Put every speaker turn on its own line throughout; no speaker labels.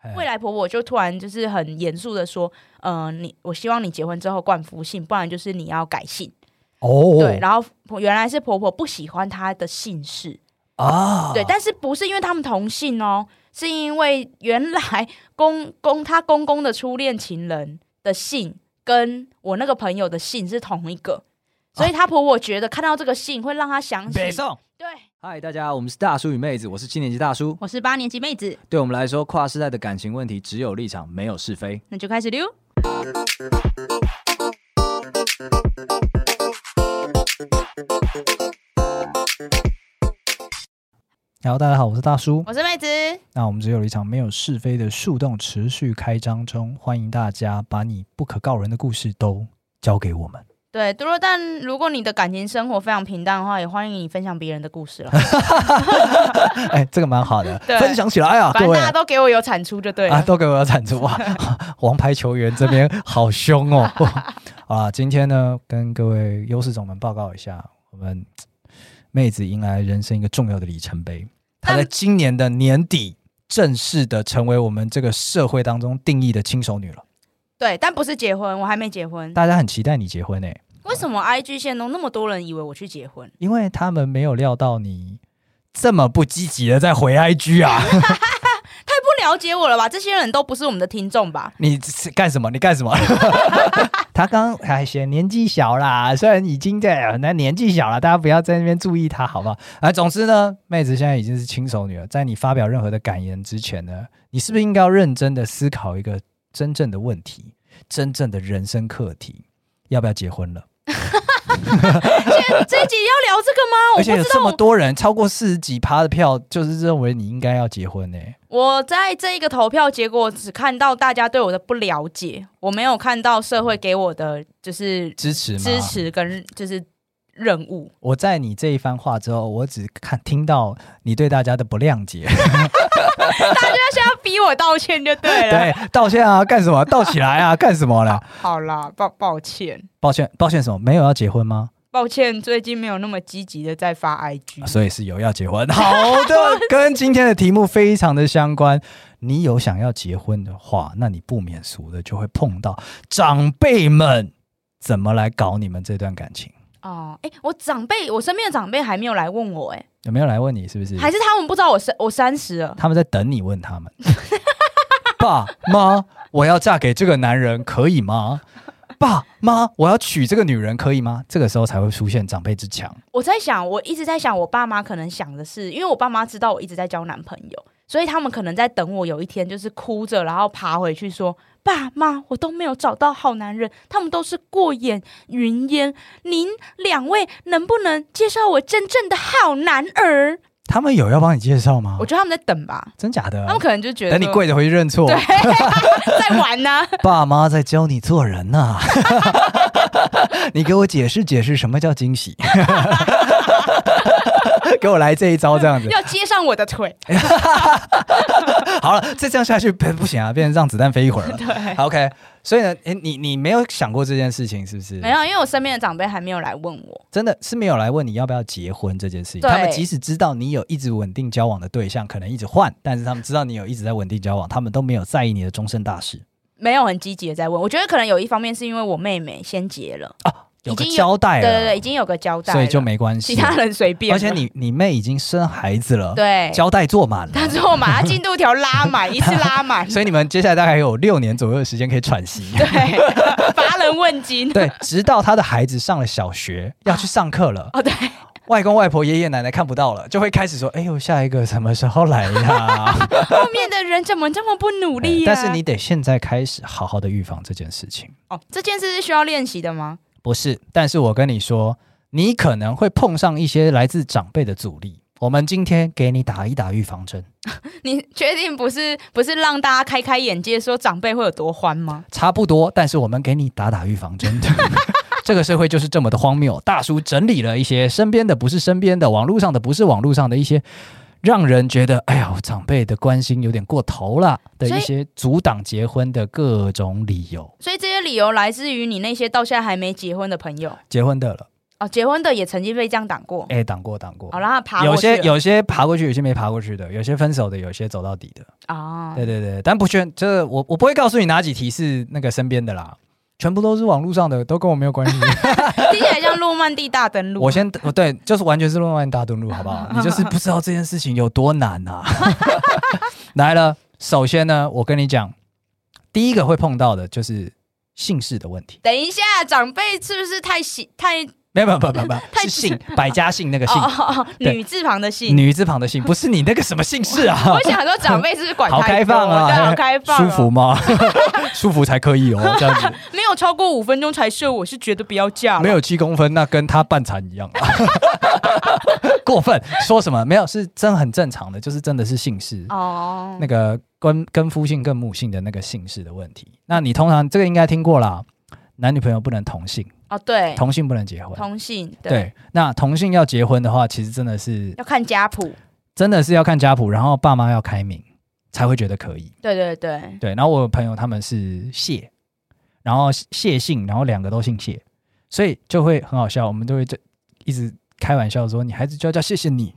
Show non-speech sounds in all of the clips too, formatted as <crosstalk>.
哎
未来婆婆就突然就是很严肃的说，呃，你我希望你结婚之后冠夫姓，不然就是你要改姓。
哦，
对，然后婆原来是婆婆不喜欢她的姓氏，
啊，
对，但是不是因为他们同姓哦，是因为原来公公她公公的初恋情人的姓跟我那个朋友的姓是同一个，所以她婆婆觉得看到这个姓会让她想起，
北宋。
对，
嗨，大家，我们是大叔与妹子，我是七年级大叔。
我是八年级妹子，
对我们来说，跨世代的感情问题只有立场，没有是非。
那就开始溜。
Hello，大家好，我是大叔。
我是妹子，
那我们只有立场，没有是非的树洞持续开张中，欢迎大家把你不可告人的故事都交给我们。
<laughs> 对，如果但如果你的感情生活非常平淡的话，也欢迎你分享别人的故事
<laughs>
了，
哎，这个蛮好的，
<laughs> 对
分享起来啊，
反
各
正
位
大家都给我有产出就对了。
啊， <laughs> 都给我产出哇！王牌球员这边好凶哦。啊，今天呢，跟各位优势总们报告一下，我们妹子迎来人生一个重要的里程碑，她在
但
今年的年底正式的成为我们这个社会当中定义的亲手女了。
对，但不是结婚，我还没结婚。
大家很期待你结婚诶、
为什么 IG 线中那么多人以为我去结婚？
因为他们没有料到你这么不积极的在回 IG 啊！
不了解我了吧？这些人都不是我们的听众
<laughs>
吧？
你是干什么？你干
<laughs>
什么？他刚还嫌年纪小啦，虽然已经在，呃那年纪小了，大家不要在那边注意他，好不好？啊，总之呢，妹子现在已经是亲手女了，在你发表任何的感言之前呢，你是不是应该要认真的思考一个真正的问题，真正的人生课题，要不要结婚了？
哦这一集要聊这个吗？我
<laughs>
不
而且有
知
这
道
么
我，
多人，超过四十几趴的票，就是认为你应该要结婚呢、
我在这一个投票结果只看到大家对我的不了解，我没有看到社会给我的就是
支持吗？
支持跟就是任务。
我在你这一番话之后，我只看听到你对大家的不谅解，
他现在要逼我道歉就对了。
<laughs> 对，道歉啊，干什么？道起来啊， <laughs> 干什么啦？
好啦，抱抱歉，
抱歉，抱歉什么？没有要结婚吗？
抱歉，最近没有那么积极的在发 IG。
所啊以是有要结婚。嗯 <laughs> 好的，跟今天的题目非常的相关。你有想要结婚的话，那你不免俗的就会碰到长辈们怎么来搞你们这段感情。
哦，哎、我长辈，我身边的长辈还没有来问我、诶
有没有来问你是不是
哎，？还是他们不知道我三我三十了。
他们在等你问 <laughs> 他们，爸妈，我要嫁给这个男人可以吗？爸妈，我要娶这个女人可以吗？这个时候才会出现长辈之墙。
我在想，我一直在想，我爸妈可能想的是，因为我爸妈知道我一直在交男朋友，所以他们可能在等我有一天就是哭着，然后爬回去说：“爸妈，我都没有找到好男人，他们都是过眼云烟。您两位能不能介绍我真正的好男儿
他们有要帮你介绍？”吗
我？觉得他们在等吧，
真假的
他？们可能就觉得
等你跪着回去认错
对， <laughs> 在玩呢、
爸妈在教你做
<laughs>
人呐、你给我解释解释什么叫惊喜， <laughs> 给我来这一招
<laughs>
这样子。
要接上我的腿。
<laughs> 好了，再这样下去不不行啊，变成让子弹飞一会儿了。
<laughs> 对，
好 OK，所以呢，诶你你没有想过这件事情是不是？
没有，因为我身边的长辈还没有来问我。
真的是没有来问你要不要结婚这件事情。
对
他们即使知道你有一直稳定交往的对象，可能一直换，但是他们知道你有一直在稳定交往，他们都没有在意你的终身大事。
没有很积极的在问，我觉得可能有一方面是因为我妹妹先结了，
啊有个
已经有
交代
对
了，
对对，已经有个交代了，
哎所以就没关系。
其他人随便了。
而且你你妹已经生孩子了，
对，
交代做满
他
了，
之后把他进度条拉满，一次拉满，
<laughs> 所以你们接下来大概有六年左右的时间可以喘息。
对， <laughs> 乏人问津。
<laughs> 对，直到他的孩子上了小学，要去上课了，
哦，对，
外公外婆、爷爷奶奶看不到了，就会开始说：“哎呦，下一个什么时候来呀？”
后面的人怎么这 <laughs> 么不努力呀、
哎但是你得现在开始好好的预防这件事情。
哦，这件事是需要练习的吗？
不是，但是我跟你说，你可能会碰上一些来自长辈的阻力。我们今天给你打一打预防针，
你确定不是不是让大家开开眼界，说长辈会有多欢吗？
差不多，但是我们给你打打预
<laughs>
防针。这个社会就是这么的荒谬。大叔整理了一些身边的不是身边的，网络上的不是网络上的一些，让人觉得哎呀，长辈的关心有点过头了的
所
一
以
些阻挡结婚的各种理由。
所以这些理由来自于你那些到现在还没结婚的朋友
结婚的了，
哦，结婚的也曾经被这样挡过，
哎、挡过挡过
哦，。让他爬
有
过去
些
了
有些爬过去，有些没爬过去的，有些分手的，有些走到底的。
啊，
<laughs> 对对对，但不全，就是我我不会告诉你哪几题是那个身边的啦，全部都是网络上的，都跟我没有关系。
听起来像诺曼底大登陆。啊
我先，我对，就是完全是乱乱大遁
<laughs>
路，好不好？你就是不知道这件事情有多难啊！ <laughs> 来了，首先呢，我跟你讲，第一个会碰到的就是姓氏的问题，
等一下，长辈是不是太喜太
没有没有没有没有没有，
<laughs> 太
是姓百家姓那个姓，
哦哦
对
女字旁的姓？
女字旁的姓，不是你那个什么姓氏
<laughs>
啊？
我想说长辈是不是管
好
太
开
多
放啊，
对，好开放
舒
哦，
服
<laughs>
吗？舒服才可以哦，这样子。
没有超过五分钟才睡，我是觉得不要嫁了。
没有七公分，那跟他半残一样，啊
<laughs>
过分。说什么没有，是真很正常的，就是真的是姓氏、
哦，
那个跟跟夫姓跟母姓的那个姓氏的问题。那你通常这个应该听过啦，男女朋友不能同姓，
哦对，
同姓不能结婚。
同姓
对，那同姓要结婚的话，其实真的是
要看家谱，
真的是要看家谱，然后爸妈要开明才会觉得可以。
对对对， <laughs>
对，然后我有朋友他们是谢，然后谢姓，然后两个都姓谢，所以就会很好笑，我们都会就一直开玩笑说，你孩子就要叫谢谢你，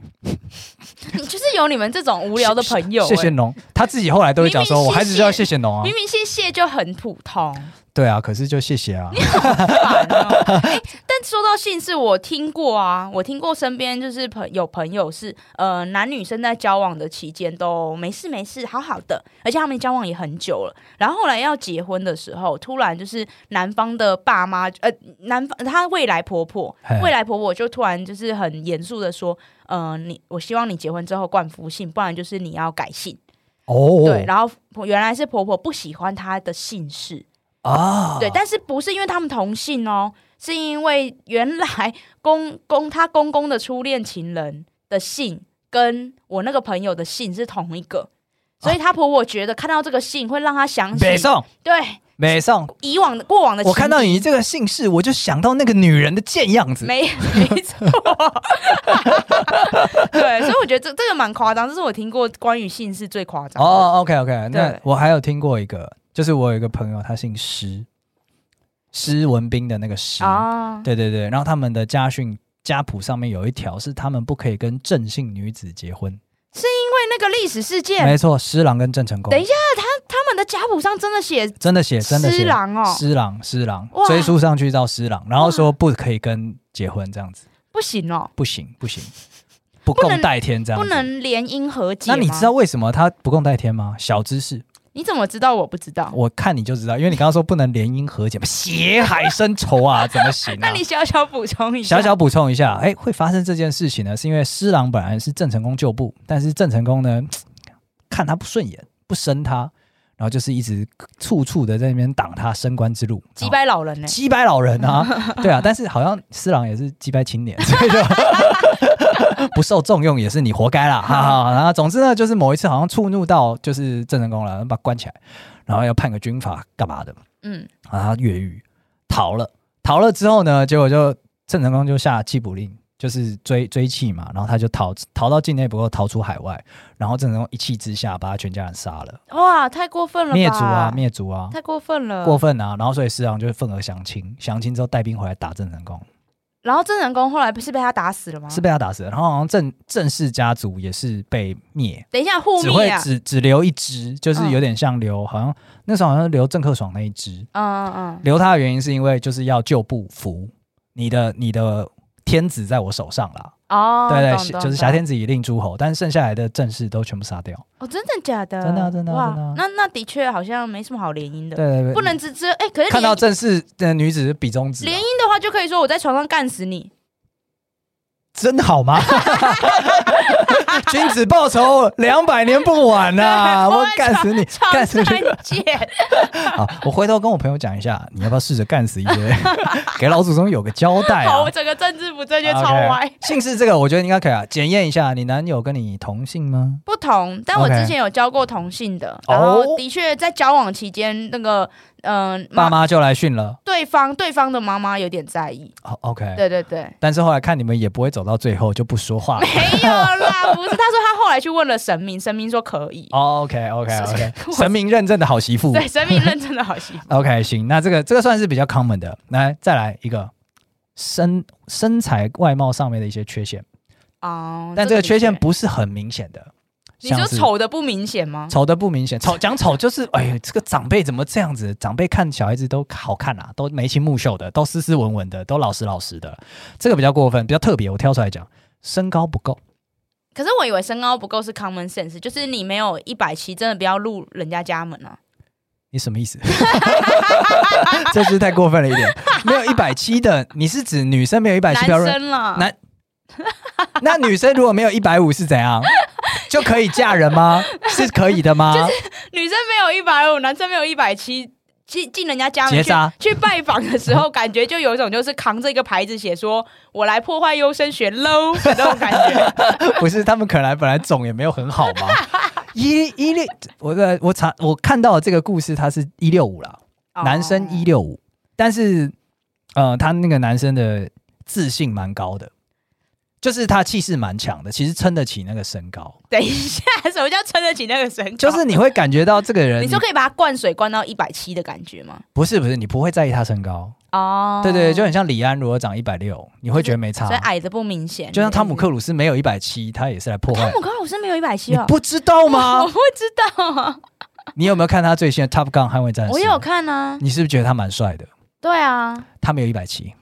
就是有你们这种无聊的朋友、
谢谢
欸
农，他自己后来都会讲说，
明明
我
是
孩子就要谢谢农啊
明，明姓谢就很普通，
对啊，可是就谢谢啊，
烦哦。哎、但说到姓氏，我听过啊，我听过身边就是朋有朋友是呃男女生在交往的期间都没事没事，好好的，而且他们交往也很久了。然后后来要结婚的时候，突然就是男方的爸妈呃男方她未来婆婆
嘿
未来婆婆就突然就是很严肃的说，呃你我希望你结婚之后冠夫姓，不然就是你要改姓。对，
哦
然后婆原来是婆婆不喜欢她的姓氏。
啊，
对，但是不是因为他们同姓哦，是因为原来公 <laughs> 公他公公的初恋情人的姓跟我那个朋友的姓是同一个，所以她婆婆觉得看到这个姓会让她想起
北宋
对
北宋，
以往的过往的情
我
景。
看到你这个姓氏，我就想到那个女人的贱样子，
没没错， <laughs> 对，所以我觉得这这个蛮夸张，这是我听过关于姓氏最夸张的。
哦，OK OK，那
对
我还有听过一个，就是我有一个朋友，他姓施，施文斌的那个施
啊，
对对对，然后他们的家训家谱上面有一条是他们不可以跟正姓女子结婚。
因为那个历史事件，
没错，施琅跟郑成功
哎等一下，他他们的家谱上真的写
真的写，真的写
施琅哦，
施琅施琅
哇
追溯上去到施琅，然后说不可以跟结婚这样子，
不行哦，
不行不行，不
不能
共戴天这样
不
子。
能联姻和解
那
吗
你知道为什么他不共戴天吗？小知识，
你怎么知道？我不知道。
我看你就知道，因为你刚刚说不能联姻和解嘛，血海深仇
<laughs>
啊，怎么行、啊？
那你小小补充一下，
小小补充一下，哎、会发生这件事情呢，是因为施琅本来是郑成功旧部，但是郑成功呢，看他不顺眼，不升他，然后就是一直处处的在那边挡他升官之路。
击败老人呢、
击败老人啊，对啊，但是好像施琅也是击败青年， <laughs> 所以就不受重用也是你活该啦， <laughs> 哈哈。然后总之呢，就是某一次好像触怒到就是郑成功了，把他关起来，然后要判个军法干嘛的，
嗯，
然后他越狱逃了，逃了之后呢，结果就郑成功就下缉捕令，就是追追缉嘛，然后他就逃逃到境内，不过逃出海外，然后郑成功一气之下把他全家人杀了，
哇，太过分了吧，
灭族啊，灭族啊，
太过分了，
过分啊，然后所以施琅就份额降清，降清之后带兵回来打郑成功，
然后郑成功后来不是被他打死了吗？
是被他打死的，然后好像郑郑氏家族也是被灭。
等一下互
只会
灭啊，
只只留一支，就是
嗯
有点像留，好像那时候好像留郑克爽那一支，
嗯嗯嗯，
留他的原因是因为就是要救不服你的你的天子在我手上啦，
哦，
对
懂
对，
懂
就是
懂
挟天子以令诸侯，但是剩下来的正式都全部杀掉，
哦，真的假的？
真的啊真的啊
哇
真的啊
那那的确好像没什么好联姻的，
对对对，
不能只只哎、可是
看到
联
正式的女子比中指啊、
联姻的话就可以说我在床上干死你，
真好吗？ <laughs> 君子报仇，两百年不晚呐、
对
我干死你，
超
干死
三
你！ <laughs> 哎
界，
好，我回头跟我朋友讲一下，你要不要试着干死一
<laughs>
些，给老祖宗有个交代啊
好，哦我！整个政治不正确
OK
超歪。
姓氏这个，我觉得应该可以啊，检验一下，你男友跟你同姓吗？
不同，但我
OK
之前有交过同性的
哦
然后的确在交往期间，那个嗯、呃
爸
妈
妈就来训了。
对方对方的妈妈有点在意，
哦，OK。
对对对，
但是后来看你们也不会走到最后，就不说话了。
没有
<laughs>
啦，不是，他说他后来去问了神明，神明说可以，
哦，OK，OK，OK、o k
是
OK OK，神明认证的好媳妇。 <laughs> 哦
对，神明认真的好媳妇
OK，行，那这个这个算是比较 common 的。来，再来一个身身材外貌上面的一些缺陷，
哦，
但这
的
个缺陷
确，
不是很明显的。
你说
像是
丑的不明显吗？
丑的不明显，丑讲丑就是，哎呀，这个长辈怎么这样子？长辈看小孩子都好看啊，都眉清目秀的，都斯斯文文的，都老实老实的，这个比较过分，比较特别。我挑出来讲，身高不够，
可是我以为身高不够是 common sense，就是你没有一百七，真的不要入人家家门啊。
你什么意思？ <laughs> 这是太过分了一点。没有一百七的，你是指女生没有一百七
男
标准？
生啦，
男
<laughs>
那女生如果没有一百五是怎样？就可以嫁人
<laughs>
吗？是可以的吗？
女生没有一百五，男生没有一百七。进进人家家
结
门去
扎
去拜访的时候，感觉就有一种就是扛着一个牌子写说“我来破坏优生学喽”的那种感 <laughs> 觉。
不是，他们可能本来种也没有很好
<laughs>
嘛。一一六，我的我查我看到的这个故事，他是一六五啦，
哦
男生一六五，但是呃，他那个男生的自信蛮高的，就是他气势蛮强的，其实撑得起那个身高
哦，，等一下，什么叫撑得起那个身高？
就是你会感觉到这个人，
哦你说可以把它灌水灌到一百七的感觉吗？
不是不是，你不会在意他身高，
哦，
对对，就很像李安如果长一百六，你会觉得没差
所以，矮的不明显，
就像汤姆
克
克鲁斯没有一百七，他也是来破
汤
坏
姆。克鲁斯没有一百七
你
哦，
不知
<laughs>
道
我
吗？
不知道啊，
你有没有看他最新的《Top Gun》捍卫战士？
我有看啊，
你是不是觉得他蛮帅的？
对啊，
他没有一百七，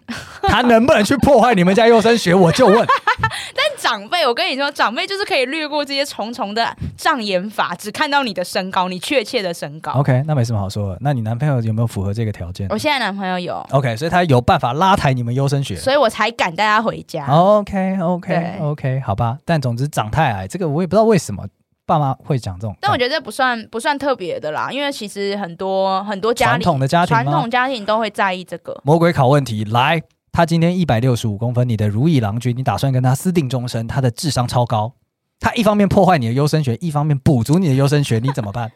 他能不能去破坏你们家幼生学？我就问，
<laughs> 长辈，我跟你说，长辈就是可以略过这些重重的障眼法，只看到你的身高，你确切的身高。
OK，那没什么好说的。那你男朋友有没有符合这个条件
我现在男朋友有，
？OK，所以他有办法拉抬你们优生学。
所以我才敢带他回家。
OK OK
对
OK，好吧。但总之长太矮，这个我也不知道为什么爸妈会讲这种。
但我觉得这不算不算特别的啦，因为其实很多很多家
传
里
统的家庭
传
吗
统？家庭都会在意这个。
魔鬼考问题来。他今天一百六十五公分，你的如意郎君，你打算跟他私定终身？他的智商超高，他一方面破坏你的优生学，一方面补足你的优生学，你怎么
<laughs>
办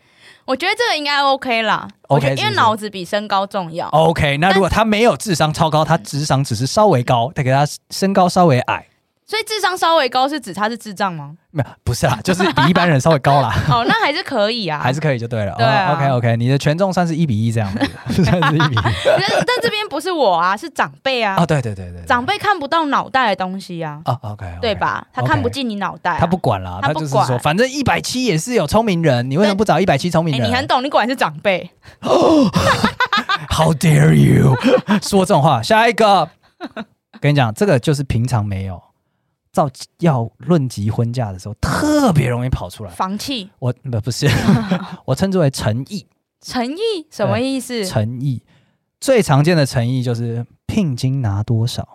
我觉得这个应该 OK 啦
OK，
我觉得因
是不哦
为
是
脑子比身高重要。
？OK，那如果他没有智商超高，他智商只是稍微高，再给他身高稍微矮，
所以智商稍微高是指他是智障吗？
没有，
<laughs>
不是啦，就是比一般人稍微高啦， <laughs>
哦，那还是可以啊。
还是可以就对了。
对啊
o k OK，你的权重算是一比一
<laughs>
这样子，算是一比一。
但但这边不是我啊，是长辈啊，
<laughs> 哦，对对对对，对
长辈看不到脑袋的东西啊，
哦 o k
对？吧？他
OK
看不进你脑袋啊、
他不管啦，
他
他
不
就是
管
说，反正一百七也是有聪明人，你为嗯什么不找一百七聪明
哎、你很
人
懂，你果然是长辈。
？How dare you <laughs> 说这种话？下一个，跟你讲，这个就是平常没有，到要论及婚嫁的时候，特别容易跑出来。
房气、
我不不是，我称之为诚意。
诚意什么意思？
诚意，最常见的诚意就是聘金拿多少。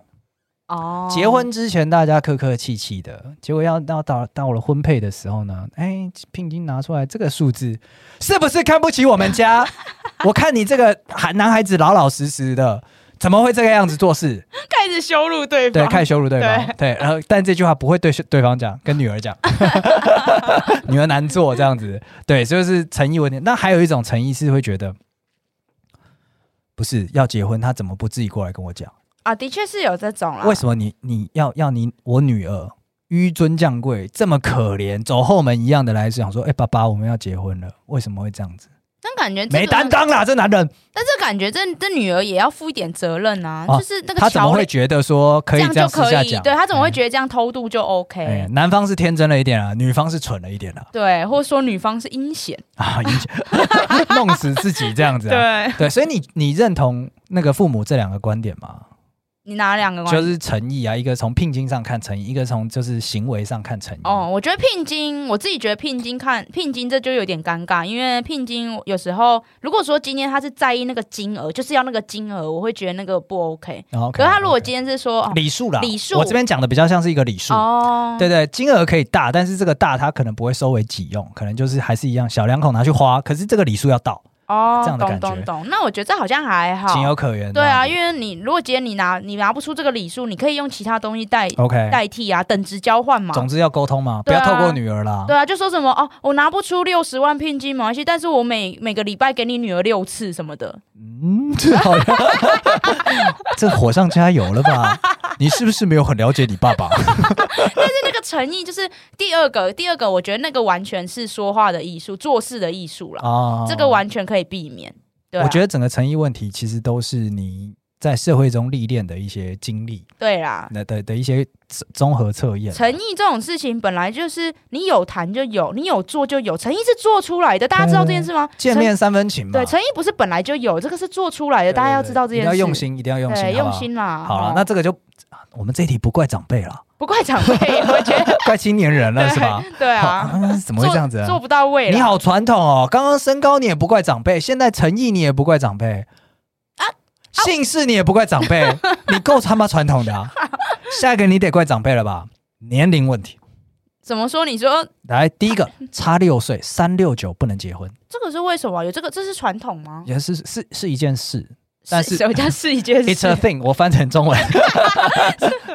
哦，
结婚之前大家客客气气的，结果要到到到了婚配的时候呢，哎，聘金拿出来这个数字，是不是看不起我们家？我看你这个孩男孩子老老实实的。怎么会这个样子做事？
开始羞辱对
<laughs> 对，
方，
开始羞辱对方。对，然后但这句话不会对对方讲，跟女
<laughs>
儿讲，女儿难做这样子。对，就是诚意问题。那还有一种诚意是会觉得，不是要结婚，他怎么不自己过来跟我讲？
啊，的确是有这种啦。
为什么你你要要你我女儿纡尊降贵这么可怜，走后门一样的来想说，哎、爸爸，我们要结婚了，为什么会这样子？
但感哎觉这种
没担，当啦，这男人，
但是感觉这这女儿也要负一点责任啊，
哦
就是那个
他怎么
桥
会
梁
觉得说可以
样
这样
就
私
可
下
以？
讲？
对他怎么会
嗯
觉得这样偷渡就 OK？、
哎，男方是天真了一点啊，女方是蠢了一点啊。
对，或者说女方是阴险，
啊，影响 <laughs> 弄死自己这样子、啊。
对
对，所以你你认同那个父母这两个观点吗？
你哪两个关系？
就是诚意啊，一个从聘金上看诚意，一个从就是行为上看诚意。
哦，我觉得聘金，我自己觉得聘金看聘金这就有点尴尬，因为聘金有时候如果说今天他是在意那个金额，就是要那个金额，我会觉得那个不 OK。
然后
可是他如果今天是说哦
礼数啦，
礼数
我这边讲的比较像是一个礼数。
哦，
对对，金额可以大，但是这个大他可能不会收为己用，可能就是还是一样小两口拿去花，可是这个礼数要到，
哦，
这样的
懂
感觉
懂懂。那我觉得这好像还好，
情有可原这
对
样
啊，
子。
因为你如果今天你拿你拿不出这个礼数，你可以用其他东西代
OK，
代替啊，等值交换嘛。
总之要沟通嘛，不
对
要
啊
透过女儿啦。
对啊，就说什么哦，我拿不出六十万聘金没关系，但是我每每个礼拜给你女儿六次什么的，
嗯， <laughs> 这好像这火上加油了吧？你是不是没有很了解你
<laughs>
爸爸？
那个诚意就是第二个，第二个，我觉得那个完全是说话的艺术，做事的艺术了，
啊
这个完全可以避免。对啊、
我觉得整个诚意问题其实都是你在社会中历练的一些经历，
对啦，
那的的一些综综合测验。
诚意这种事情本来就是你有谈就有，你有做就有，诚意是做出来的，大家知道这件事吗？
嗯见
诚
面三分情嘛，
对，诚意不是本来就有，这个是做出来的，
对
大家要
对
知道这
一
件
定要
事。
用心，一定要用心，
对，
好不
用
好
心啦。
好
哦
了，那这个就啊我们这一题不怪长辈了，
不怪长辈，我觉得
<laughs> 怪青年人了，是吧？
对
好
啊，
<laughs> 啊，怎么会
做
这样子啊？
做不到位啦。
你好传统哦，刚刚身高你也不怪长辈，现在诚意你也不怪长辈
啊
姓氏你也不怪长
<laughs>
辈，你够他妈传统的啊！下一个你得怪长辈了吧？年龄问题，
怎么说？哦你说
来第
<laughs>
一个差六岁，三六九不能结婚，
这个是为什么？有这个这是传统吗？
也是是是一件事但是
什么叫是一 <laughs> 件事？
，it's a thing，我翻
<laughs>
成中文， <laughs>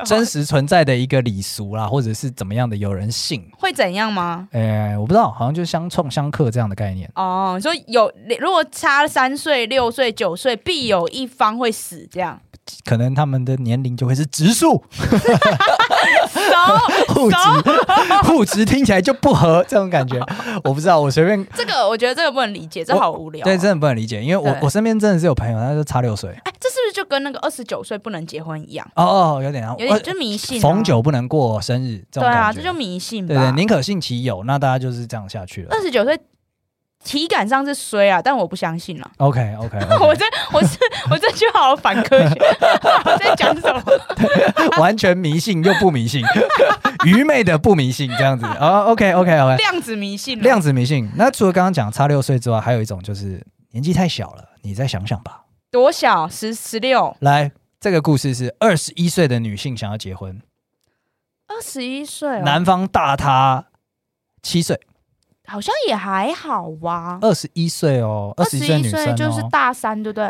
真实存在的一个礼俗啦，或者是怎么样的，有人信，
会怎样吗？
呃，我不知道，好像就相冲相克这样的概念。
哦，你说有，如果差三岁、六岁、九岁，必有一方会死，这样。
可能他们的年龄就会是植树，
So，
户籍 <laughs> 户籍听起来就不合这种感觉，我不知道，我随便
<laughs> 这个我觉得这个不能理解，这好无聊、
对真的不能理解，因为我
对
我身边真的是有朋友，他就差六岁，
哎，这是不是就跟那个二十九岁不能结婚一样？
哦哦，有点像，
有点
呃
就迷信、啊，
逢酒不能过生日这
对
种
啊，
感
这
觉，
就迷信吧。
对对，宁可信其有，那大家就是这样下去了
<laughs> 二。十九岁，体感上是衰啊，但我不相信 <laughs> 啦。
OK OK，
我这我是我这句好反科 <laughs> 学，我在讲什么？
<laughs> 完全迷信又不迷信， <laughs> 愚昧的不迷信这样子啊。OK OK OK，
量子迷信啊，
量子迷信。那除了刚刚讲差六岁之外，还有一种就是年纪太小了，你再想想吧。
多小？十十六，
来，这个故事是二十一岁的女性想要结婚，
二十一岁哦，
男方大她七岁，
好像也还好啊哇。
二十一岁哦，二十一岁
21
女生
岁
哦，
就是大三，对不对？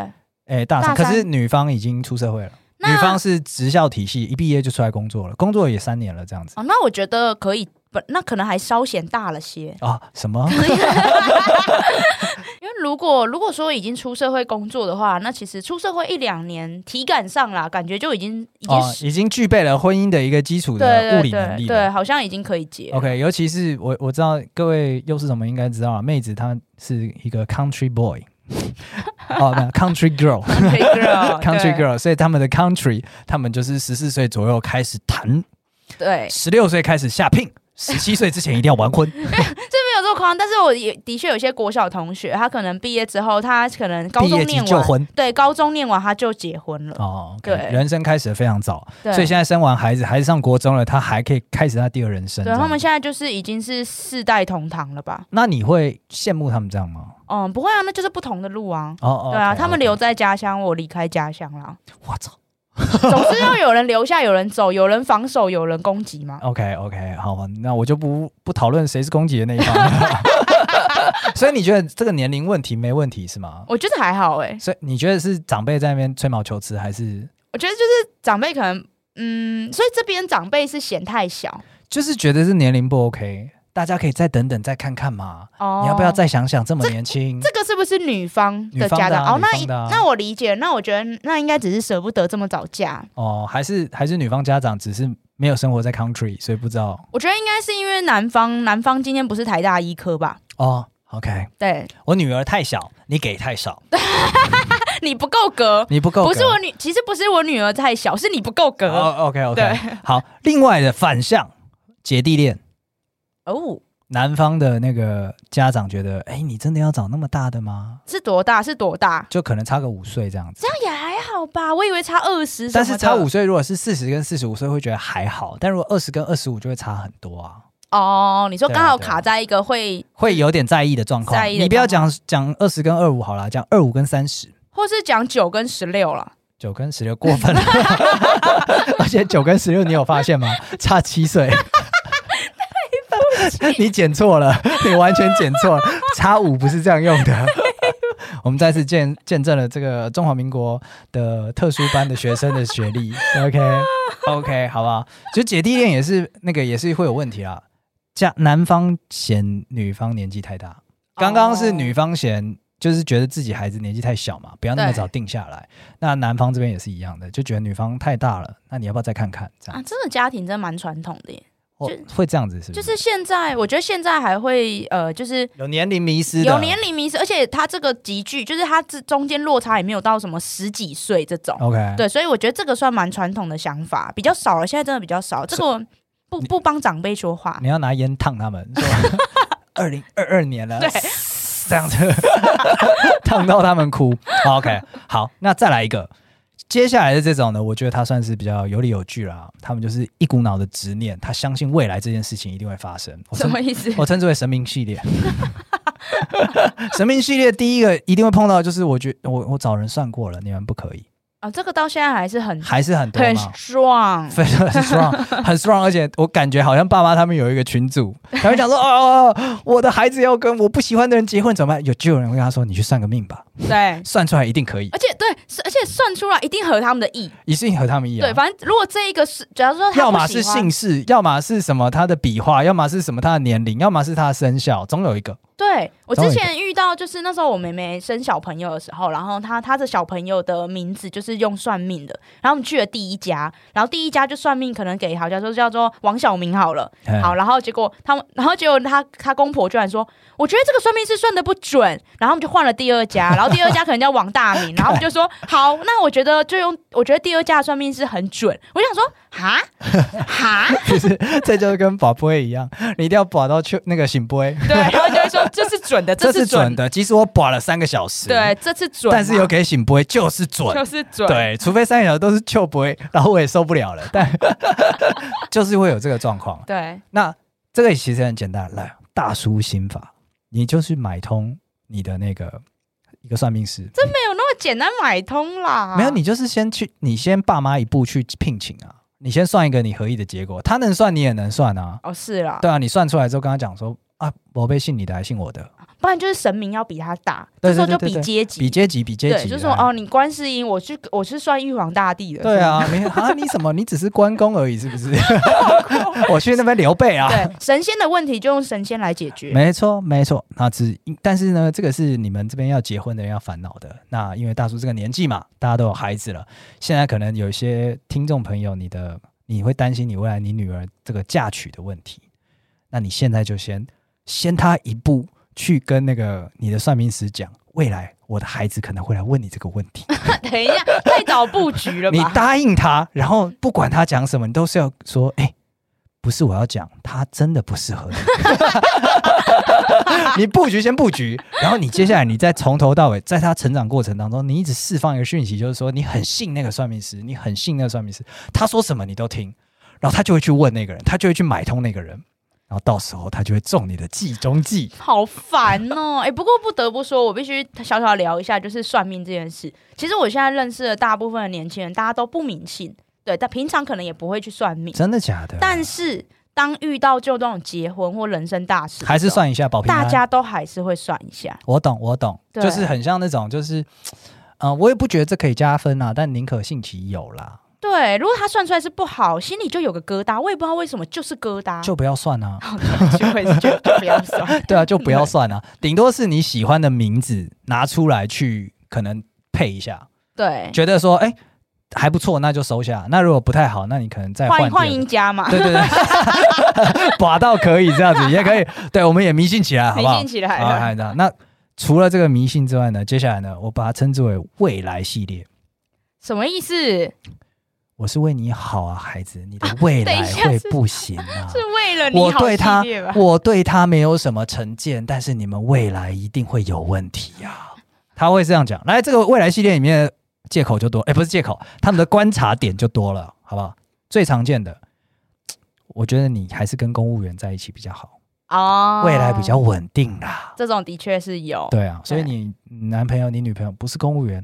哎大
大
三，可是
三
女方已经出社会了，
那
女方是职校体系，一毕业就出来工作了，工作也三年了这样子
哦，那我觉得可以，不，那可能还稍显大了些。
啊、
<laughs>
什么？
因为如果如果说已经出社会工作的话，那其实出社会一两年，体感上啦，感觉就已经已经、
哦，已经具备了婚姻的一个基础的
对对
物理能力
对
了。
对，好像已经可以结了。
OK，尤其是我我知道各位又是什么应该知道啊，妹子她是一个
<laughs>
country boy，哦，没有 country girl，
<laughs> Country girl，
<laughs> country
对
girl，所以他们的 country，他们就是十四岁左右开始谈，
对，
十六岁开始下聘，十七岁之前一定要完婚。
没有这么夸张，但是我也的确有些国小同学，他可能毕业之后，他可能 <laughs> 高
毕
中
业即
念
就
完，
婚
对，高中念完他就结婚了，
哦，
对
OK，人生开始的非常早，
对，
所以现在生完孩子，孩子上国中了，他还可以开始他第二人生。
对
这样
他们现在就是已经是世代同堂了吧？
那你会羡慕他们这样吗？
嗯，不会啊，那就是不同的路啊。
哦哦，
对啊
OK，
他们
OK
留，在家乡，我离开家乡啦。 <laughs>
我操
总是要有人留下，有人走，有人防守，有人攻击嘛。
，OK OK，好吧，那我就不不讨论谁是攻击的那一
<laughs>
方了。所以你觉得这个年龄问题没问题是吗？
我觉得还好哎、
所以你觉得是长辈在那边吹毛求疵，还是
我觉得就是长辈可能，嗯，所以这边长辈是嫌太小
就是觉得是年龄不 OK，大家可以再等等再看看嘛。
哦。
你要不要再想想这么年轻？
这个是不是女方
女
的
方
家
的
长？
啊
哦，那
女
一
方的啊
那我理解，那我觉得那应该只是舍不得这么早嫁。
哦，还是还是女方家长只是没有生活在 country，所以不知道
我觉得应该是因为男方，男方今天不是台大医科吧？
哦。OK， <laughs>
对
我女儿太小，你给太少，
你不够格，
你不够格。
不是我女，其实不是我女儿太小，是你不够格
哦，OK OK，
对
好。另外的反向姐弟恋，
哦。
男方的那个家长觉得，哎，你真的要找那么大的吗？
是多大？是多大？
就可能差个五岁这样子
这。样也哎还好吧，我以为差二十，
但是差五岁，如果是四十跟四十五岁，会觉得还好；但如果二十跟二十五，就会差很多啊。
哦。你说
对啊
刚好
对啊
卡在一个会，
会有点在意的状况。
在意的
你不要讲讲二十跟二五好了，讲二五跟三十，
或是讲九跟十六了。
九跟十六过分了。 <laughs> 而且九跟十六，你有发现吗？差七岁。 <laughs> 你剪错了，你完全剪错了，差五不是这样用的。 <laughs> 我们再次见见证了这个中华民国的特殊班的学生的学历。OK OK，好不好？就姐弟恋也是那个也是会有问题啊。家男方嫌女方年纪太大，刚刚是女方嫌，就是觉得自己孩子年纪太小嘛，不要那么
对
早定下来。那男方
啊
这边也是一样的，就觉得女方太大了，那你要不要再看看？这样、
啊，这个家庭真的蛮传统的耶。
或
就
会这样子是不？
就是是现在，我觉得现在还会呃，就是
有年龄迷失的，
有年龄迷失，而且他这个集聚，就是他这中间落差也没有到什么十几岁这种。
OK，
对，所以我觉得这个算蛮传统的想法，比较少了，现在真的比较少。这个我不不帮长辈说话，
你要拿烟烫他们，
<laughs>
说二零二二年了，
对
这样子 <laughs> 烫到他们哭。好 OK，好，那再来一个。接下来的这种呢，我觉得他算是比较有理有据啦。他们就是一股脑的执念，他相信未来这件事情一定会发生。我
什
称
么意思？
<laughs> 我称之为神明系列。 <laughs> 神明系列第一个一定会碰到，就是我觉我我找人算过了，你们不可以，
啊、这个到现在还是很
还是很多
很
嘛。
strong，
非常 <laughs> strong，很 strong，而且我感觉好像爸妈他们有一个群组，他们讲说，哦，哦我的孩子要跟我不喜欢的人结婚怎么办？有就有人会跟他说，你去算个命吧，
对。
算出来一定可以，
而且对，是而且算出来一定合他们的意。
一定合他们意啊
对，。反正如果这一个是，假如说他
要
不
么
喜
是
欢
姓氏，要么是什么他的笔画，要么是什么他的年龄，要么是他的生肖，总有一个。
对我
终
之
于
前遇到，就是那时候我妹妹生小朋友的时候，然后她她的小朋友的名字就是用算命的，然后我们去了第一家，然后第一家就算命，可能给好像说叫做王小明好了，好，
嗯，
然后结果他们，然后结果他他公婆居然说，我觉得这个算命师算的不准，然后我们就换了第二家，然后第二家可能叫王大明，然后我们就说好，那我觉得就用，我觉得第二家的算命师很准，我想说哈哈，
<laughs> 这 <laughs> 就是跟保波一样，你一定要保到去那个醒波，
对，然后就会说这是准的，
这
是
是准，的。即使我保了三个小时，，
对，这次准啊，
但是有给醒波就是准，
就是准，
对，除非三个小时都是就不
<laughs>
会，然后我也受不了了，但 <laughs> 就是会有这个状况。
对
那这个其实很简单，来大叔心法，你就是买通你的那个一个算命师，
这没有那么简单买通啦，
没有，你就是先去，你先爸妈一步去聘请啊，你先算一个你合意的结果，他能算你也能算啊，
哦是啦，
对啊，你算出来之后跟他讲说啊，我被信你的还信我的，
不然就是神明要比他大，
对
这时候
对
就
对
比
对
阶级，
比阶级比阶
对，
级，
就说
哎
哦，你观世音，我去我是算玉皇大帝的，
对啊，没啊，你什么？你只是关公而已，是不是？ <laughs> 我去那边刘备啊。
对，神仙的问题就用神仙来解决。
没错，没错。那只但是呢，这个是你们这边要结婚的人要烦恼的。那因为大叔这个年纪嘛，大家都有孩子了，现在可能有一些听众朋友，你的你会担心你未来你女儿这个嫁娶的问题，那你现在就先先他一步去跟那个你的算命师讲，未来我的孩子可能会来问你这个问题，
等一下，太早布局了
你
吧？
答应他，然后不管他讲什么，你都是要说，哎、不是我要讲，他真的不适合你。 <laughs> 你布局先布局，然后你接下来你再从头到尾，在他成长过程当中，你一直释放一个讯息，就是说你很信那个算命师，你很信那个算命师，他说什么你都听，然后他就会去问那个人，他就会去买通那个人，然后到时候他就会中你的计中计。
好烦哦！哎、不过不得不说，我必须小小聊一下，就是算命这件事。其实我现在认识的大部分的年轻人，大家都不迷信，对，但平常可能也不会去算命。
真的假的？
但是当遇到就这种结婚或人生大事，
还是，算一啊下保平安。
大家都还是会算一下。
我懂，我懂，
对
就是很像那种，就是，呃，我也不觉得这可以加分啊，但宁可信其有啦，
对，如果他算出来是不好，心里就有个疙瘩，我也不知道为什么，就是疙瘩，。
就不要算啊
<laughs> 就会就就不要算。
<laughs> 对啊，就不要算啊，顶多是你喜欢的名字拿出来去可能配一下，
对，
觉得说，哎、还不错，那就收下。那如果不太好，那你可能再
换
换
换
第二
音家嘛
个。，对对对，
<laughs>
把到可以这样子也可以，对，我们也迷信起来，好
迷
不好
信？起来
啊，
了。
还那除了这个迷信之外呢，接下来呢，我把它称之为未来系列。
什么意思？
哦
是
我是为你好啊，孩子，你的未
等
来
一下 <laughs>
会
是
不行啊。
为了你
我
好系
对他
列吧，？ <laughs>
我对他没有什么成见，但是你们未来一定会有问题呀、他会这样讲。来，这个未来系列里面的借口就多，哎，不是借口，他们的观察点就多了，好不好？最常见的，我觉得你还是跟公务员在一起比较好，
哦
未来比较稳定啦。
这种的确是有。
对啊，所以
对
你男朋友、你女朋友不是公务员，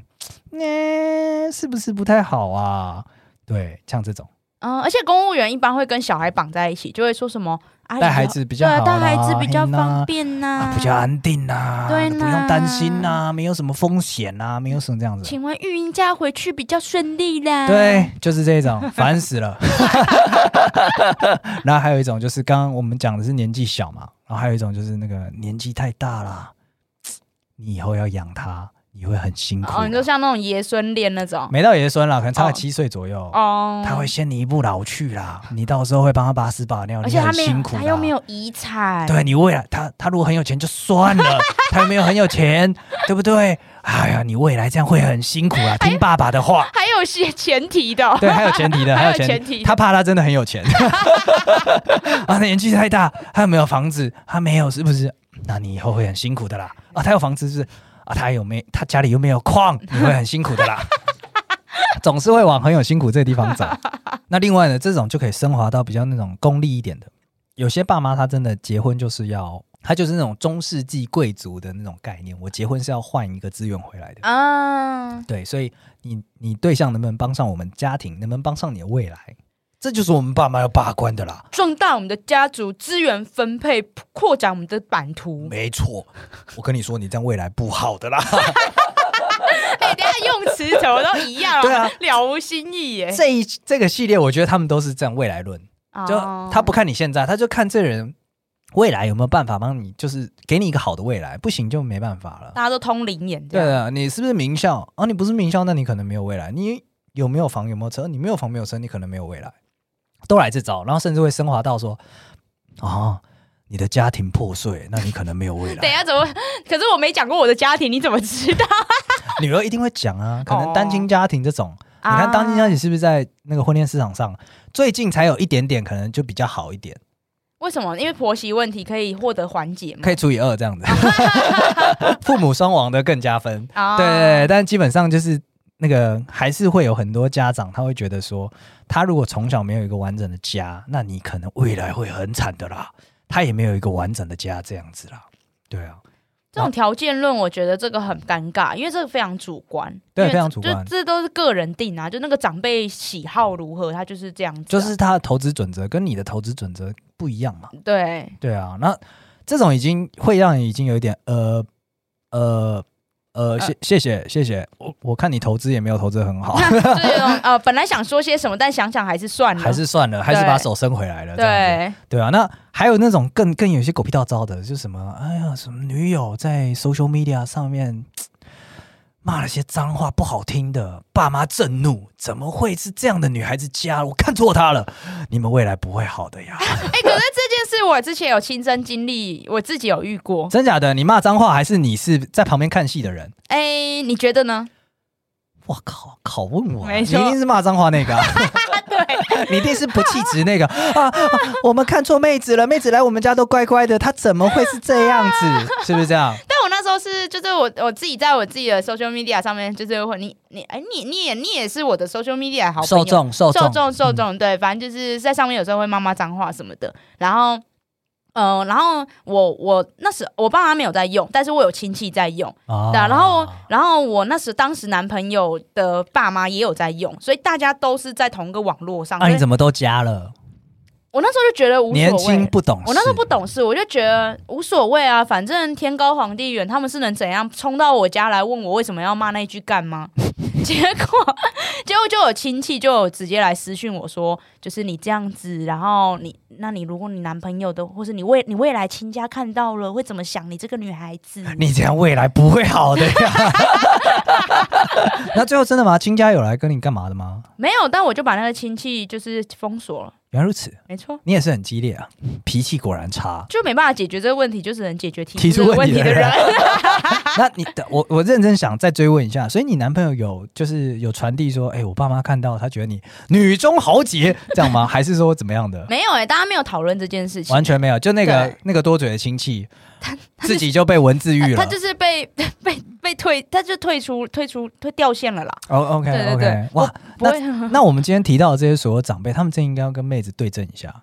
那是不是不太好啊？对，像这种。
嗯，而且公务员一般会跟小孩绑在一起，就会说什么啊
带孩子比较好啦
对，带孩子比较方便
啊
呐，，
比较。安定呐、
对
不
啦
用担心呐、没有什么风险呐、没有什么这样子。
请问育婴假回去比较顺利啦？
对，就是
<laughs>
这种，烦死了。 <laughs> 然后还有一种就是刚刚我们讲的是年纪小嘛，然后还有一种就是那个年纪太大啦，你以后要养他，你会很辛苦的。
哦，你就像那种爷孙恋那种，
没到爷孙啦，可能差
哦
个七岁左右，
哦，
他会，先你一步老去啦，你到时候会帮他把屎把尿，
而
你
且他
很
没
辛
有，
苦啦。啊
他又没有遗产，
对你未来，他他如果很有钱就算了，他又没有很有钱，对不对？哎呀，你未来这样会很辛苦啦，听爸爸的话。
还有些前提的哦、
对，还有
<laughs>
前提的，
还有
有前
前提的
他怕他真的很有钱， <laughs> 啊，他年纪太大，他有没有房子？他没有，是不是？那你以后会很辛苦的啦。啊，他有房子是不是啊，他有没？他家里有没有矿？你会很辛苦的啦。 <laughs> 总是会往很有辛苦这个地方走。那另外呢，这种就可以升华到比较那种功利一点的。有些爸妈他真的结婚就是要，他就是那种中世纪贵族的那种概念，我结婚是要换一个资源回来的。
嗯，
对，所以你你对象能不能帮上我们家庭，能不能帮上你的未来，这就是我们爸妈要把关的啦。
壮大我们的家族资源分配，扩展我们的版图。
没错，我跟你说，你这样未来不好的啦。
<laughs> 哎、等一下用词怎么都一样、哦，
对啊，
了无新意耶。
这一这个系列，我觉得他们都是这样未来论，就
哎哦
他不看你现在，他就看这人未来有没有办法帮你，就是给你一个好的未来，不行就没办法了。
大家都通灵眼这
对
样，
啊，你是不是名校啊？你不是名校，那你可能没有未来。你有没有房，有没有车？你没有房，没有车，你可能没有未来。都来这招，然后甚至会升华到说，哦，你的家庭破碎，那你可能没有 <laughs> 未
等一
来。
下怎么？可是我没讲过我的家庭，你怎么知道？
女儿一定会讲啊，可能单亲家庭这种， <laughs> 你看单亲家
啊、
庭是不是在那个婚恋市场上最近才有一点点，可能就比较好一点，
为什么？因为婆媳问题可以获得缓解嘛。
可以除以二这样子。 <laughs> 父母双亡的更加分。
啊
对对对，但基本上就是那个还是会有很多家长他会觉得说，他如果从小没有一个完整的家，那你可能未来会很惨的啦。他也没有一个完整的家这样子啦。对啊，
这种条件论，我觉得这个很尴尬，因为这个非常主观，
对
因为
非常主观
就这都是个人定啊，就那个长辈喜好如何，他就是这样子啊、
就是他的投资准则跟你的投资准则不一样嘛。
对，，
对啊，那这种已经会让你已经有一点呃呃呃，谢谢谢谢谢，我我看你投资也没有投资得很好
<laughs> 这种呃，本来想说些什么，但想想还是算了，
还是算了，还是
对
把手伸回来了。这样子
对，
对啊，那还有那种更更有一些狗屁倒招的，就是什么，哎呀，什么女友在 social media 上面嘖骂了些脏话，不好听的，爸妈震怒，怎么会是这样的女孩子家？我看错她了，你们未来不会好的 <laughs>
哎、
呀！
可是这件事我之前有亲身经历，我自己有遇过。
真假的？你骂脏话还是你是在旁边看戏的人？
哎、你觉得呢？
我靠，拷问我啊，
没
你一
错
定是骂脏话那个
<laughs>
啊、 <laughs> 你一定是不气质那个啊啊！我们看错妹子了，妹子来我们家都乖乖的，她怎么会是这样子？ <laughs> 是不是这样？
但我那时候是，就是我我自己在我自己的 social media 上面，就是会你你哎、你你也你也是我的 social media 好朋友，
受众嗯受
受
众
众受众，对，反正就是在上面有时候会骂骂脏话什么的，然后。呃，然后我我那时我爸妈没有在用，但是我有亲戚在用，
啊
对啊、然后然后我那时当时男朋友的爸妈也有在用，所以大家都是在同一个网络上。
啊，你
所以
怎么都加了？
我那时候就觉得无所谓，
年轻不懂事，
我那时候不懂事，我就觉得无所谓啊，反正天高皇帝远，他们是能怎样冲到我家来问我为什么要骂那一句干吗？ <laughs> 结果，结果就有亲戚就有直接来私讯我说，就是你这样子，然后你，那你如果你男朋友的，或是你未你未来亲家看到了，会怎么想你这个女孩子？
你这样未来不会好的 <laughs> 呀。那最后真的吗？亲家有来跟你干嘛的吗？
<laughs> 没有，但我就把那个亲戚就是封锁了，
原来如此，
没错，
你也是很激烈啊，脾气果
<laughs>
然差。
就没办法解决这个问题，就只能解决
提
提
出
出这个
问
问
题
题
的
的
人
人。
那你的我我认真想再追问一下，所以你男朋友有就是有传递说，哎、我爸妈看到他觉得你女中豪杰
<laughs>
这样吗？还是说怎么样的？
<laughs> 没有哎、大家没有讨论这件事情，
完全没有，就那个
对
那个多嘴的亲戚，自己就被文字狱了。
他就是被 <laughs> 被被退，他就退出退出退掉线了啦。
哦，OK，OK、
对对
o k OK，
对，
哇，
我不会 <laughs>
<laughs> 那我们今天提到的这些所有长辈，他们真应该要跟妹子对症一下，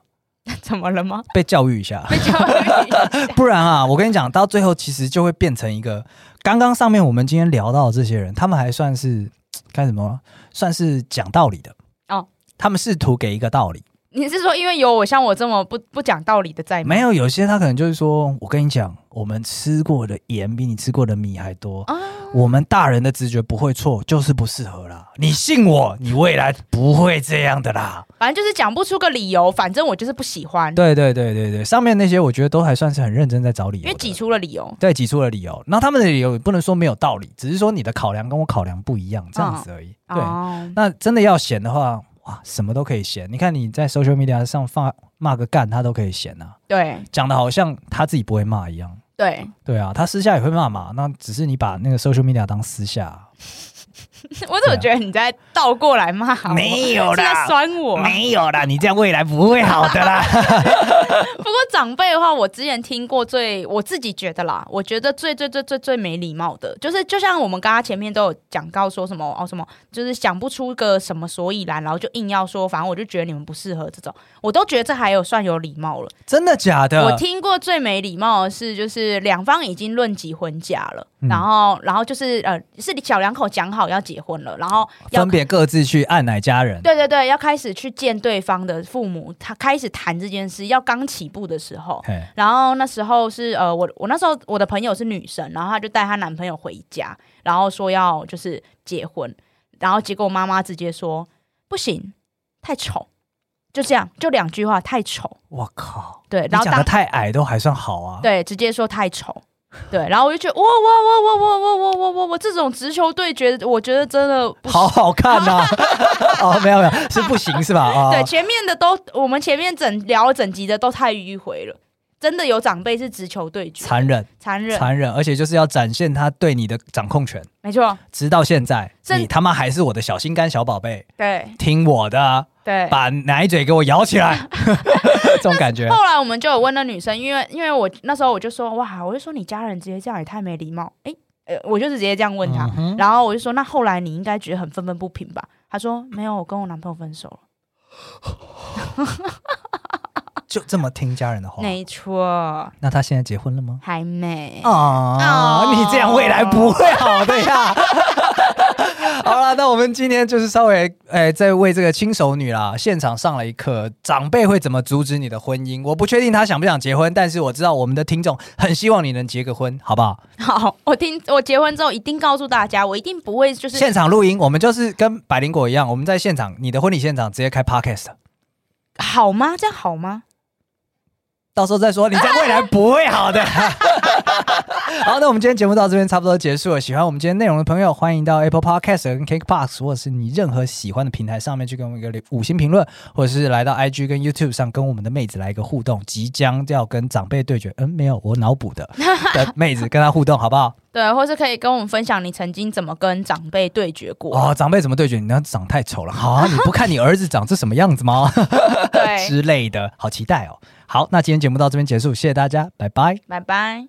怎么了
<laughs>
吗？
被教育一下，
被教育
不然啊，我跟你讲，到最后其实就会变成一个，刚刚上面我们今天聊到的这些人，他们还算是干什么？算是讲道理的
哦。
他们试图给一个道理，
<laughs> 你是说因为有我像我这么不不讲道理的在吗？
哎没有有些他可能就是说，我跟你讲，我们吃过的盐比你吃过的米还多，
啊，
我们大人的直觉不会错，就是不适合啦。你信我，你未来不会这样的啦。
反正就是讲不出个理由，反正我就是不喜欢，
对对对对对，上面那些我觉得都还算是很认真在找理由的，
因为挤出了理由。
对，挤出了理由。然后他们的理由也不能说没有道理，只是说你的考量跟我考量不一样，这样子而已。
嗯
对，
哦，
那真的要闲的话，哇，什么都可以闲。你看你在 social media 上放骂个干，他都可以闲啊，
对
讲的好像他自己不会骂一样。
对， <laughs>
对啊，他私下也会骂嘛，那只是你把那个 social media 当私下啊、
我怎么觉得你在倒过来骂我？
没有
是在
啦，
酸我。
没有啦，你这样未来不会好
<laughs>
的啦。
不过长辈的话，我之前听过最我自己觉得啦，我觉得最最最最最没礼貌的，就是就像我们刚刚前面都有讲到说什么哦什么，就是想不出个什么所以然，然后就硬要说，反正我就觉得你们不适合这种，我都觉得这还有算有礼貌了。
真的假的？
我听过最没礼貌的是，就是两方已经论及婚嫁了，
嗯
然后然后就是呃是小两口讲好要结婚了，然后要
分别各自去按奶家人。
对对对要开始去见对方的父母，他开始谈这件事，要刚起步的时候，
嘿，
然后那时候是呃，我我那时候我的朋友是女生，然后她就带她男朋友回家，然后说要就是结婚，然后结果我妈妈直接说不行，太丑，就这样，就两句话，太丑，
我靠，
对
你，
然后
讲的
当
太矮都还算好啊。
对直接说太丑。对，然后我就觉得，哇哇哇哇哇哇哇哇哇，这种直球对决，我觉得真的不
好好看呐、
<laughs>
哦，没有没有，是不行是吧？哦，
对，前面的都，我们前面整聊了整集的都太迂回了，真的有长辈是直球对决，
残忍，
残忍，
残忍，而且就是要展现他对你的掌控权。
没错，
直到现在，
甚
你他妈还是我的小心肝小宝贝，
对
听我的，啊
对。
把奶嘴给我咬起来， <laughs> 这种感觉。
后 <laughs> 来我们就有问那女生，因为因为我那时候我就说，哇，我就说你家人直接这样也太没礼貌，诶，呃，我就是直接这样问啊她，
嗯哼
然后我就说，那后来你应该觉得很愤愤不平吧？她说没有，我跟我男朋友分手了。
就这么听家人的话。
没错，
那他现在结婚了吗？
还没。
啊，
哦
你这样未来不会好的呀。 <laughs> 好了，那我们今天就是稍微哎，在为这个亲手女啦，现场上了一课，长辈会怎么阻止你的婚姻？我不确定他想不想结婚，但是我知道我们的听众很希望你能结个婚，好不好？
好，我听我结婚之后一定告诉大家，我一定不会就是
现场录音，我们就是跟百灵果一样，我们在现场，你的婚礼现场直接开 podcast，
好吗？这样好
哦
吗？
到时候再说，你在未来不会好的。 <laughs> 好，那我们今天节目到这边差不多结束了。喜欢我们今天内容的朋友，欢迎到 Apple Podcast 跟 KickBox 或者是你任何喜欢的平台上面去给我们一个留五星评论，或者是来到 IG 跟 YouTube 上跟我们的妹子来一个互动。即将要跟长辈对决，嗯，没有，我脑补的的妹子跟她互动，好不好？
对，或是可以跟我们分享你曾经怎么跟长辈对决过。
哦，长辈怎么对决？你那长太丑了，好、啊，你不看你儿子长这什么样子吗？
对，
之类的，好期待哦。好，那今天节目到这边结束，谢谢大家，拜拜。
拜拜。